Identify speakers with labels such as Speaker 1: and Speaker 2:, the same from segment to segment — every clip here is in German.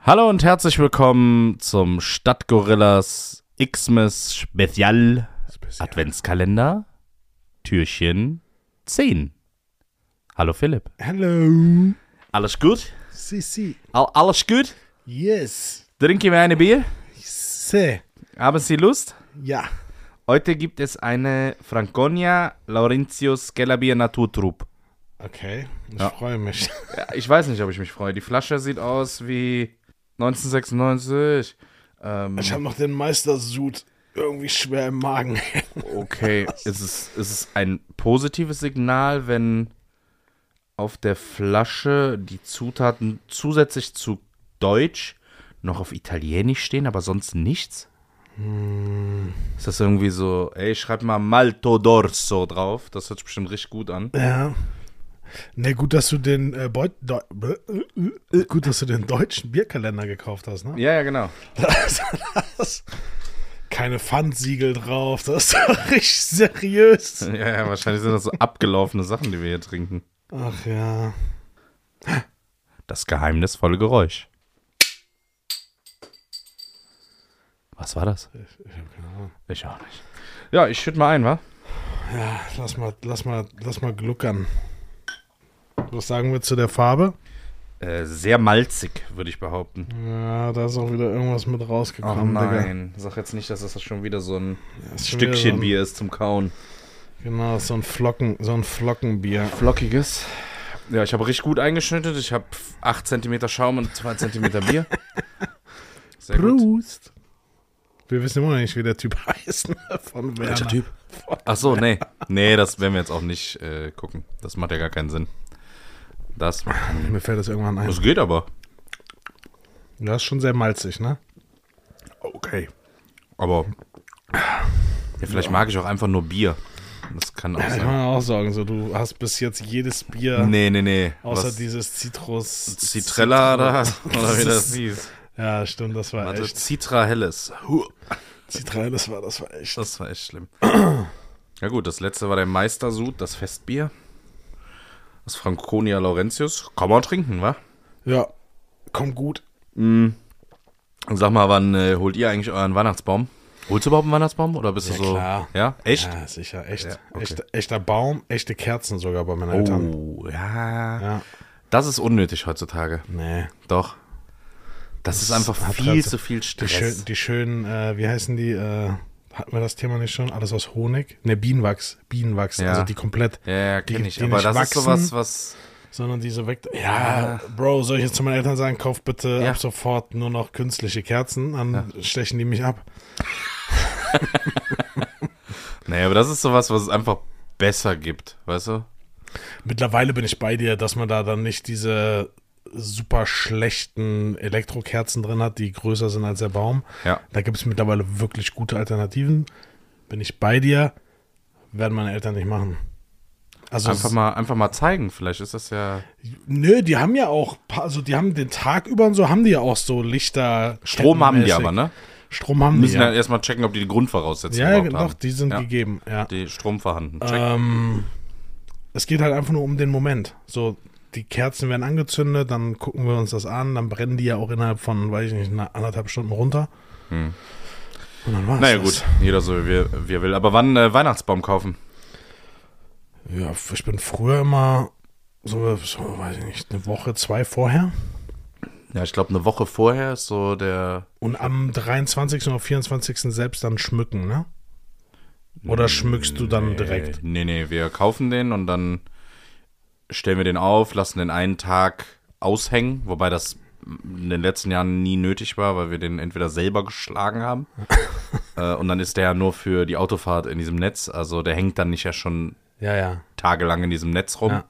Speaker 1: Hallo und herzlich willkommen zum Stadtgorillas Xmas Spezial Adventskalender Türchen 10. Hallo Philipp.
Speaker 2: Hello.
Speaker 1: Alles gut?
Speaker 2: Sissi.
Speaker 1: Al- Alles gut?
Speaker 2: Yes.
Speaker 1: Trinken wir eine Bier?
Speaker 2: Se.
Speaker 1: Haben Sie Lust?
Speaker 2: Ja.
Speaker 1: Heute gibt es eine Franconia Laurentius Gelabier Naturtrupp.
Speaker 2: Okay. Ich
Speaker 1: Ja.
Speaker 2: freue mich.
Speaker 1: Ja, Ich weiß nicht, ob ich mich freue. Die Flasche sieht aus wie 1996. Ähm,
Speaker 2: Ich habe noch den Meistersud irgendwie schwer im Magen.
Speaker 1: Okay, ist es, ist es ein positives Signal, wenn auf der Flasche die Zutaten zusätzlich zu Deutsch noch auf Italienisch stehen, aber sonst nichts? Ist das irgendwie so, ey, schreib mal Malto d'Orso drauf, das hört sich bestimmt richtig gut an.
Speaker 2: Ja. Ne, gut, dass du den äh, Beut Deu Bö- äh, äh, gut, dass du den deutschen Bierkalender gekauft hast, ne?
Speaker 1: Ja, ja, genau.
Speaker 2: Das, das, keine Pfandsiegel drauf, das ist doch richtig seriös.
Speaker 1: Ja, ja, wahrscheinlich sind das so abgelaufene Sachen, die wir hier trinken.
Speaker 2: Ach ja.
Speaker 1: Das geheimnisvolle Geräusch. Was war das?
Speaker 2: Ich hab keine Ahnung.
Speaker 1: Ich auch nicht. Ja, ich schütte mal ein, wa?
Speaker 2: Ja, lass mal, lass mal, lass mal gluckern. Was sagen wir zu der Farbe?
Speaker 1: Äh, sehr malzig, würde ich behaupten.
Speaker 2: Ja, da ist auch wieder irgendwas mit
Speaker 1: Oh
Speaker 2: rausgekommen, Digga.
Speaker 1: nein, sag jetzt nicht, dass das schon wieder so ein
Speaker 2: Das ist schon wieder
Speaker 1: Stückchen
Speaker 2: so ein,
Speaker 1: Bier ist zum Kauen.
Speaker 2: Genau, so ein Flocken, so ein Flockenbier.
Speaker 1: Flockiges. Ja, ich habe richtig gut eingeschnitten. Ich habe 8 cm Schaum und 2 cm Bier. Sehr gut.
Speaker 2: Prost. Wir wissen immer noch nicht, wie der Typ heißt. ne? Von Werner.
Speaker 1: Welcher Typ? Ach so, nee. Nee, das werden wir jetzt auch nicht äh, gucken. Das macht ja gar keinen Sinn. Das macht keinen Sinn.
Speaker 2: Mir fällt das irgendwann ein.
Speaker 1: Das geht aber.
Speaker 2: Das ist schon sehr malzig, ne? Okay.
Speaker 1: Aber ja, vielleicht mag ich auch einfach nur Bier. Das kann auch
Speaker 2: Da kann
Speaker 1: sein.
Speaker 2: man auch sagen, so, du hast bis jetzt jedes Bier,
Speaker 1: Nee, nee, nee.
Speaker 2: außer
Speaker 1: Was-
Speaker 2: dieses Citrus.
Speaker 1: Citrella da, oder wie das
Speaker 2: ist-
Speaker 1: hieß.
Speaker 2: Ja, stimmt, das war
Speaker 1: Warte,
Speaker 2: echt.
Speaker 1: Citra Helles. Huh,
Speaker 2: Citrella, das war, das war echt.
Speaker 1: Das war echt schlimm. Ja gut, das letzte war der Meistersud, das Festbier. Das Franconia Laurentius. Kann man trinken, wa?
Speaker 2: Ja, kommt gut.
Speaker 1: Sag mal, wann äh, holt ihr eigentlich euren Weihnachtsbaum? Holst du überhaupt einen Weihnachtsbaum? Oder bist
Speaker 2: Ja,
Speaker 1: du so.
Speaker 2: klar.
Speaker 1: Ja, echt?
Speaker 2: Ja, sicher, echt.
Speaker 1: Ja, okay.
Speaker 2: echt echter Baum, echte Kerzen sogar bei meinen Eltern.
Speaker 1: oh, ja.
Speaker 2: Ja.
Speaker 1: Das ist unnötig heutzutage.
Speaker 2: Nee.
Speaker 1: Doch. Das, ist einfach
Speaker 2: hat
Speaker 1: viel
Speaker 2: halt so-
Speaker 1: zu viel
Speaker 2: Die,
Speaker 1: Stress.
Speaker 2: schön, die schönen, äh, wie heißen die? Äh, hatten wir das Thema nicht schon? Alles aus Honig? Ne, Bienenwachs. Bienenwachs.
Speaker 1: Ja.
Speaker 2: Also die komplett.
Speaker 1: ja, ja,
Speaker 2: die-
Speaker 1: kenn ich.
Speaker 2: die
Speaker 1: Aber
Speaker 2: nicht
Speaker 1: das ist sowas,
Speaker 2: wachsen.
Speaker 1: was.
Speaker 2: Sondern diese weg. Ja, Bro, soll ich jetzt zu meinen Eltern sagen, kauf bitte
Speaker 1: Ja.
Speaker 2: ab sofort nur noch künstliche Kerzen? Dann stechen die mich ab.
Speaker 1: Naja, aber das ist sowas, was es einfach besser gibt, weißt du?
Speaker 2: Mittlerweile bin ich bei dir, dass man da dann nicht diese super schlechten Elektrokerzen drin hat, die größer sind als der Baum.
Speaker 1: Ja.
Speaker 2: Da gibt es mittlerweile wirklich gute Alternativen. Bin ich bei dir, werden meine Eltern nicht machen. Also
Speaker 1: Einfach mal, einfach mal zeigen, vielleicht ist das ja.
Speaker 2: Nö, die haben ja auch, pa- also die haben den Tag über und so haben die ja auch so Lichter.
Speaker 1: Strom haben die
Speaker 2: kettenmäßig.
Speaker 1: aber, ne?
Speaker 2: Strom haben
Speaker 1: Müssen
Speaker 2: die. Ja,
Speaker 1: dann erstmal checken, ob die die Grundvoraussetzungen
Speaker 2: ja, ja
Speaker 1: überhaupt haben.
Speaker 2: doch, die sind
Speaker 1: Ja.
Speaker 2: gegeben. Ja.
Speaker 1: Die Strom vorhanden. Check.
Speaker 2: Ähm, es geht halt einfach nur um den Moment. So, die Kerzen werden angezündet, dann gucken wir uns das an, dann brennen die ja auch innerhalb von, weiß ich nicht, einer anderthalb Stunden runter. Und dann war's.
Speaker 1: naja, Hm.
Speaker 2: das.
Speaker 1: gut, jeder so, wie, er- wie er will. Aber wann äh, Weihnachtsbaum kaufen?
Speaker 2: Ja, ich bin früher immer so, so, weiß ich nicht, eine Woche, zwei vorher.
Speaker 1: Ja, ich glaube, eine Woche vorher ist so der.
Speaker 2: Und am 23. oder 24. selbst dann schmücken, ne? Oder schmückst du dann direkt?
Speaker 1: Äh, nee, nee, wir kaufen den und dann stellen wir den auf, lassen den einen Tag aushängen, wobei das in den letzten Jahren nie nötig war, weil wir den entweder selber geschlagen haben äh, und dann ist der ja nur für die Autofahrt in diesem Netz, also der hängt dann nicht ja schon
Speaker 2: Ja, ja.
Speaker 1: tagelang in diesem Netz rum.
Speaker 2: Ja,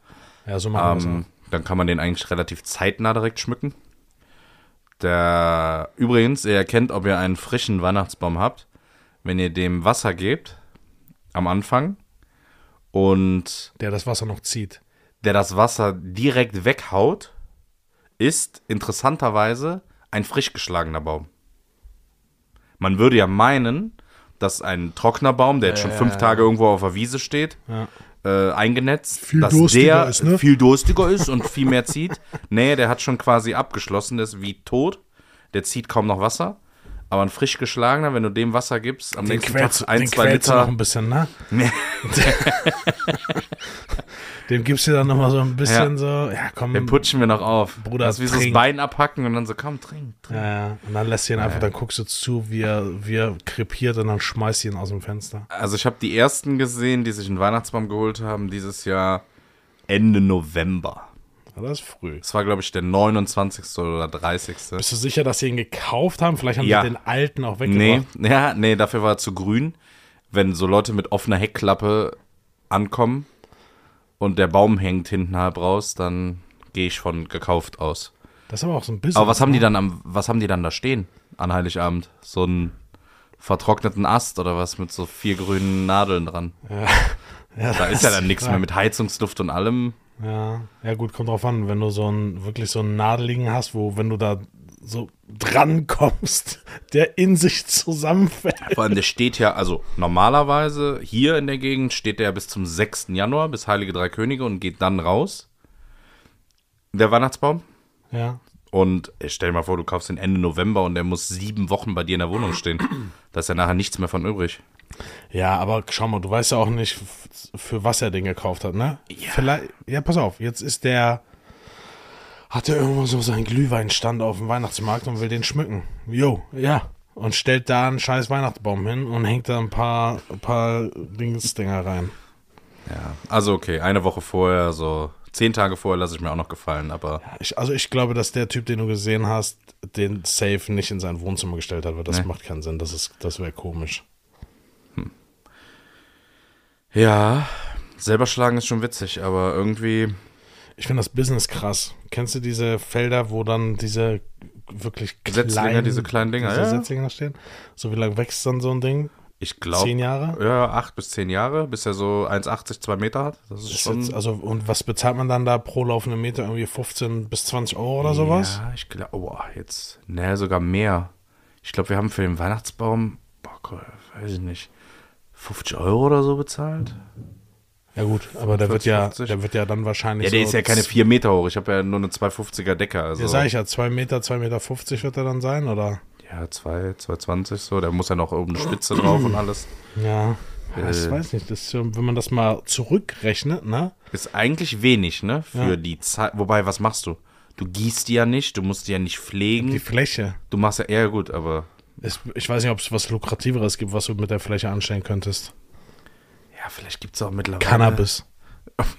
Speaker 2: ja so machen wir
Speaker 1: Ähm, dann kann man den eigentlich relativ zeitnah direkt schmücken. Der, übrigens, ihr erkennt, ob ihr einen frischen Weihnachtsbaum habt, wenn ihr dem Wasser gebt am Anfang und
Speaker 2: Der das Wasser noch zieht.
Speaker 1: der das Wasser direkt weghaut, ist interessanterweise ein frisch geschlagener Baum. Man würde ja meinen, dass ein trockener Baum, der jetzt schon fünf Tage irgendwo auf der Wiese steht,
Speaker 2: Ja.
Speaker 1: äh, eingenetzt,
Speaker 2: Viel
Speaker 1: dass
Speaker 2: durstiger
Speaker 1: der
Speaker 2: ist, ne?
Speaker 1: viel durstiger ist und viel mehr zieht. Nee, der hat schon quasi abgeschlossen, der ist wie tot. der zieht kaum noch Wasser. Aber ein frisch geschlagener, wenn du dem Wasser gibst, am
Speaker 2: Den
Speaker 1: nächsten
Speaker 2: quälst,
Speaker 1: Tag ein,
Speaker 2: den
Speaker 1: zwei
Speaker 2: quälst du noch
Speaker 1: Liter.
Speaker 2: ein bisschen, ne?
Speaker 1: Nee.
Speaker 2: Dem gibst du dann nochmal so ein bisschen
Speaker 1: Ja.
Speaker 2: so, ja komm.
Speaker 1: Den putschen wir noch auf.
Speaker 2: Bruder,
Speaker 1: das ist wie so das
Speaker 2: trink.
Speaker 1: Bein abhacken und dann so, komm, trink, trink.
Speaker 2: Ja, ja. und dann lässt du ihn einfach, dann guckst du zu, wie er, wie er krepiert und dann schmeißt du ihn aus dem Fenster.
Speaker 1: Also ich habe die ersten gesehen, die sich einen Weihnachtsbaum geholt haben, dieses Jahr Ende November.
Speaker 2: Ja, das ist früh.
Speaker 1: Das war, glaube ich, der 29. oder 30.
Speaker 2: Bist du sicher, dass sie ihn gekauft haben? Vielleicht haben
Speaker 1: Ja.
Speaker 2: sie den alten auch
Speaker 1: Nee,
Speaker 2: weggebracht.
Speaker 1: ja, nee, dafür war er zu grün. Wenn so Leute mit offener Heckklappe ankommen und der Baum hängt hinten halb raus, dann gehe ich von gekauft aus.
Speaker 2: Das ist aber auch so ein bisschen.
Speaker 1: Aber was haben die dann am, was haben die dann da stehen an Heiligabend? So einen vertrockneten Ast oder was mit so vier grünen Nadeln dran.
Speaker 2: Ja,
Speaker 1: Da ist ja dann nichts mehr mit Heizungsluft und allem.
Speaker 2: Ja, ja gut, kommt drauf an, wenn du so einen wirklich so einen Nadeligen hast, wo wenn du da so dran kommst, der in sich zusammenfällt.
Speaker 1: Vor allem, der steht ja, also normalerweise hier in der Gegend steht der bis zum 6. Januar, bis Heilige Drei Könige und geht dann raus. Der Weihnachtsbaum.
Speaker 2: Ja,
Speaker 1: Und ich stell dir mal vor, du kaufst den Ende November und der muss sieben Wochen bei dir in der Wohnung stehen. Da ist ja nachher nichts mehr von übrig.
Speaker 2: ja, aber schau mal, du weißt ja auch nicht, f- für was er den gekauft hat, ne? Ja. Vielleicht, ja, pass auf, jetzt ist der hat er irgendwo so seinen Glühweinstand auf dem Weihnachtsmarkt und will den schmücken. Jo, ja. Und stellt da einen scheiß Weihnachtsbaum hin und hängt da ein paar, ein paar Dingsdinger rein.
Speaker 1: Also okay, eine Woche vorher, so zehn Tage vorher lasse ich mir auch noch gefallen, aber
Speaker 2: Ich, also ich glaube, dass der Typ, den du gesehen hast, den Safe nicht in sein Wohnzimmer gestellt hat, weil das
Speaker 1: Nee.
Speaker 2: macht keinen Sinn. Das, ist- das wäre komisch.
Speaker 1: ja, selber schlagen ist schon witzig, aber irgendwie,
Speaker 2: Ich finde das Business krass. Kennst du diese Felder, wo dann diese wirklich kleinen,
Speaker 1: Setzlinge, diese kleinen Dinger,
Speaker 2: diese
Speaker 1: ja.
Speaker 2: Setzlinge stehen? So wie lange wächst dann so ein Ding?
Speaker 1: ich glaube,
Speaker 2: Zehn Jahre?
Speaker 1: ja, acht bis zehn Jahre, bis er so 1,80, zwei Meter hat. Das ist,
Speaker 2: Ist
Speaker 1: schon
Speaker 2: jetzt, also, und was bezahlt man dann da pro laufende Meter? Irgendwie 15 bis 20 Euro oder sowas?
Speaker 1: Ja, ich glaube, oh, jetzt, ne, sogar mehr. Ich glaube, wir haben für den Weihnachtsbaum, boah, Gott, weiß ich nicht, 50 Euro oder so bezahlt.
Speaker 2: Ja, gut, aber der
Speaker 1: 40,
Speaker 2: wird ja,
Speaker 1: 50.
Speaker 2: der wird ja dann wahrscheinlich.
Speaker 1: Ja, der
Speaker 2: so
Speaker 1: ist ja keine 4 Meter hoch. Ich habe ja nur eine 250er Decke. Also.
Speaker 2: Ja, sag ich ja, 2 Meter, 2,50 Meter 50 wird er dann sein, oder?
Speaker 1: Ja, 2, 220 so. Da muss ja noch oben eine Spitze drauf und alles.
Speaker 2: Ja, ich
Speaker 1: Äh.
Speaker 2: weiß nicht. Das, ist so, wenn man das mal zurückrechnet, ne?
Speaker 1: Ist eigentlich wenig, ne? Für
Speaker 2: Ja.
Speaker 1: die Zeit. Wobei, was machst du? Du gießt die ja nicht, du musst die ja nicht
Speaker 2: Die
Speaker 1: pflegen.
Speaker 2: Fläche.
Speaker 1: Du machst ja eher gut, aber
Speaker 2: Ist, ich weiß nicht, ob es was Lukrativeres gibt, was du mit der Fläche anstellen könntest.
Speaker 1: ja, vielleicht gibt es auch mittlerweile.
Speaker 2: Cannabis.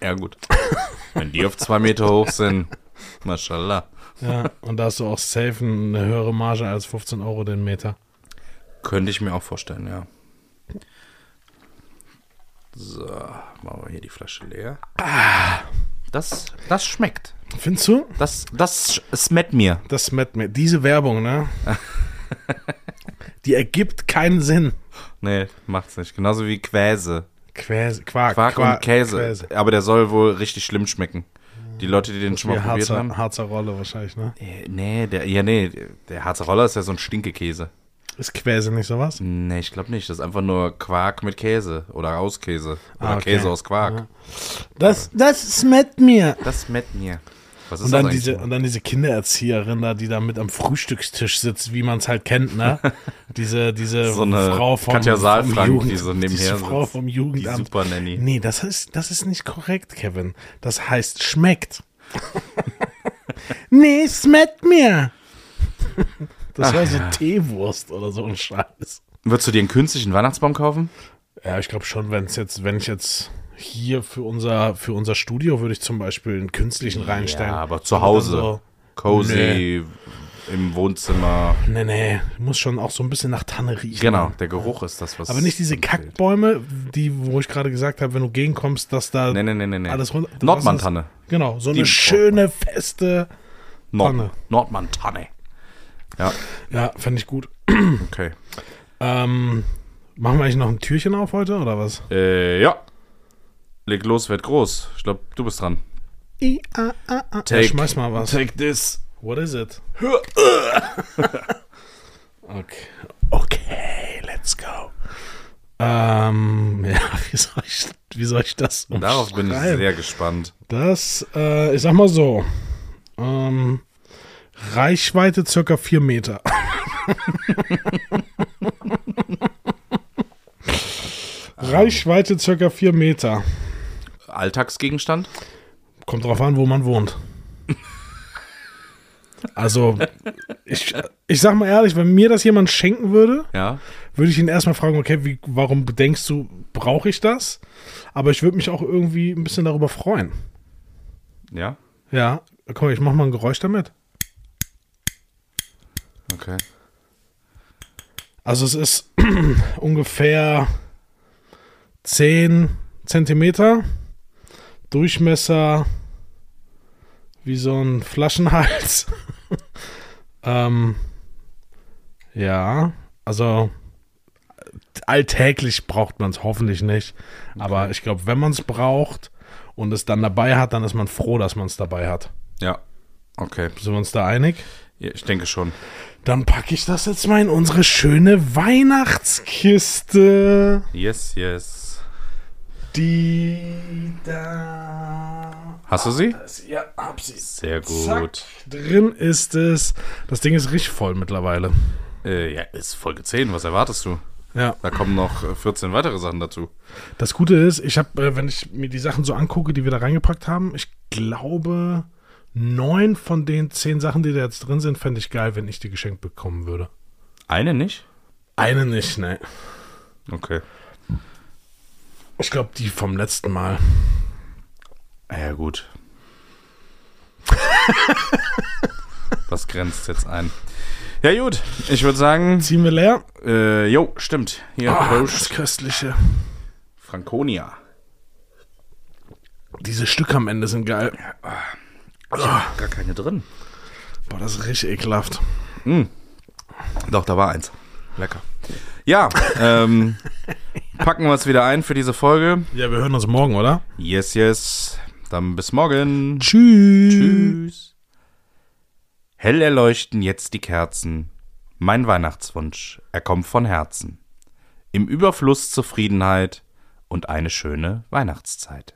Speaker 1: Ja, gut. Wenn die auf 2 Meter hoch sind, mashallah.
Speaker 2: Ja, und da hast du auch safe eine höhere Marge als 15 Euro den Meter.
Speaker 1: Könnte ich mir auch vorstellen, ja. So, machen wir hier die Flasche leer. Ah, das, das schmeckt.
Speaker 2: Findest du?
Speaker 1: Das, das smet mir.
Speaker 2: Das Mad mir. Diese Werbung, ne? Die ergibt keinen Sinn.
Speaker 1: Nee, macht's nicht. Genauso wie Quäse.
Speaker 2: Quäse, Quark,
Speaker 1: Quark
Speaker 2: Qua-
Speaker 1: und Käse.
Speaker 2: Quäse.
Speaker 1: Aber der soll wohl richtig schlimm schmecken. Die Leute, die den schon mal
Speaker 2: Ja,
Speaker 1: probiert haben.
Speaker 2: Harzer, Harzer Rolle wahrscheinlich, ne?
Speaker 1: Äh, Nee, der, ja, nee, der Harzer Roller ist ja so ein Stinkekäse.
Speaker 2: Ist Quäse nicht sowas?
Speaker 1: Nee, ich glaube nicht. Das ist einfach nur Quark mit Käse oder aus Käse. Oder
Speaker 2: Ah, okay.
Speaker 1: Käse aus Quark.
Speaker 2: Ja. Das, das smet mir.
Speaker 1: Das met mir. Was ist
Speaker 2: Und dann,
Speaker 1: das eigentlich?
Speaker 2: diese, und dann diese Kindererzieherin da, die da mit am Frühstückstisch sitzt, wie man es halt kennt, ne? Diese, diese
Speaker 1: So eine
Speaker 2: Frau vom,
Speaker 1: Katja Saalfrank,
Speaker 2: vom Jugend,
Speaker 1: die so nebenher
Speaker 2: diese Frau
Speaker 1: sitzt.
Speaker 2: vom
Speaker 1: die
Speaker 2: Jugendamt.
Speaker 1: Supernanny.
Speaker 2: Nee, das ist, das ist nicht korrekt, Kevin. Das heißt, schmeckt. nee, schmeckt mir. Das war so Teewurst oder so ein Scheiß.
Speaker 1: Würdest du dir einen künstlichen Weihnachtsbaum kaufen?
Speaker 2: Ja, ich glaube schon, wenn es jetzt, wenn ich jetzt hier für unser, für unser Studio würde ich zum Beispiel einen künstlichen reinstellen.
Speaker 1: Ja, aber zu
Speaker 2: Und dann
Speaker 1: Hause.
Speaker 2: so-
Speaker 1: Cozy, im Wohnzimmer.
Speaker 2: Nee, nee, muss schon auch so ein bisschen nach Tanne riechen.
Speaker 1: Genau, der Geruch ist das, was.
Speaker 2: Aber nicht diese Kackbäume, die, wo ich gerade gesagt habe, wenn du gegenkommst, dass da
Speaker 1: Nee, nee, nee, nee. nee.
Speaker 2: alles runter.
Speaker 1: Nordmann-Tanne.
Speaker 2: Genau, so
Speaker 1: Die-
Speaker 2: eine schöne, feste. Tanne.
Speaker 1: Nord Nordmann-Tanne. Ja,
Speaker 2: Ja, fände ich gut.
Speaker 1: okay.
Speaker 2: Ähm, machen wir eigentlich noch ein Türchen auf heute oder was?
Speaker 1: Äh, ja. Leg los, werd groß. Ich glaube, du bist dran.
Speaker 2: I, a, a, a. Ja,
Speaker 1: Take-
Speaker 2: schmeiß mal was.
Speaker 1: Take this.
Speaker 2: What is it? okay. Okay, let's go. Ähm, ja, wie soll ich, wie soll ich das
Speaker 1: Darauf bin ich
Speaker 2: umschreiben?
Speaker 1: sehr gespannt.
Speaker 2: Das, äh, ich sag mal so. Ähm, Reichweite circa 4 Meter.
Speaker 1: Ah.
Speaker 2: Reichweite circa 4 Meter.
Speaker 1: Alltagsgegenstand?
Speaker 2: Kommt drauf an, wo man wohnt. Also, ich, ich sag mal ehrlich, wenn mir das jemand schenken würde,
Speaker 1: Ja.
Speaker 2: würde ich ihn erstmal fragen, okay, wie, warum denkst du, brauche ich das? Aber ich würde mich auch irgendwie ein bisschen darüber freuen.
Speaker 1: Ja.
Speaker 2: Ja, komm, ich mach mal ein Geräusch damit.
Speaker 1: Okay.
Speaker 2: Also es ist ungefähr 10 Zentimeter Durchmesser wie so ein Flaschenhals. ähm, ja, also alltäglich braucht man es hoffentlich nicht. Aber ich glaube, wenn man es braucht und es dann dabei hat, dann ist man froh, dass man es dabei hat.
Speaker 1: Ja. Okay.
Speaker 2: Sind wir uns da einig?
Speaker 1: Ja, Ich denke schon.
Speaker 2: Dann packe ich das jetzt mal in unsere schöne Weihnachtskiste.
Speaker 1: Yes, yes.
Speaker 2: Die da.
Speaker 1: Hast du sie?
Speaker 2: Das, ja, hab sie.
Speaker 1: Sehr gut.
Speaker 2: Zack, drin ist es. Das Ding ist richtig voll mittlerweile.
Speaker 1: Äh, ja, ist Folge 10. Was erwartest du?
Speaker 2: Ja.
Speaker 1: Da kommen noch äh, 14 weitere Sachen dazu.
Speaker 2: Das Gute ist, ich habe, äh, wenn ich mir die Sachen so angucke, die wir da reingepackt haben, ich glaube, neun von den zehn Sachen, die da jetzt drin sind, fände ich geil, wenn ich die geschenkt bekommen würde.
Speaker 1: Eine nicht?
Speaker 2: Eine nicht, ne.
Speaker 1: Okay.
Speaker 2: Ich glaube, die vom letzten Mal.
Speaker 1: Ah Ja, gut. das grenzt jetzt ein. Ja, gut. Ich würde sagen,
Speaker 2: Ziehen wir leer.
Speaker 1: äh, jo, stimmt. Hier,
Speaker 2: Ah, das
Speaker 1: Prost.
Speaker 2: Köstliche.
Speaker 1: Franconia.
Speaker 2: Diese Stücke am Ende sind geil. Ah.
Speaker 1: Gar keine drin.
Speaker 2: Boah, das ist richtig ekelhaft.
Speaker 1: Doch, da war eins. Lecker. Ja, ähm, packen wir es wieder ein für diese Folge.
Speaker 2: Ja, wir hören uns morgen, oder?
Speaker 1: Yes, yes. Dann bis morgen.
Speaker 2: Tschüss.
Speaker 1: Tschüss. Hell erleuchten jetzt die Kerzen. Mein Weihnachtswunsch, er kommt von Herzen. Im Überfluss Zufriedenheit und eine schöne Weihnachtszeit.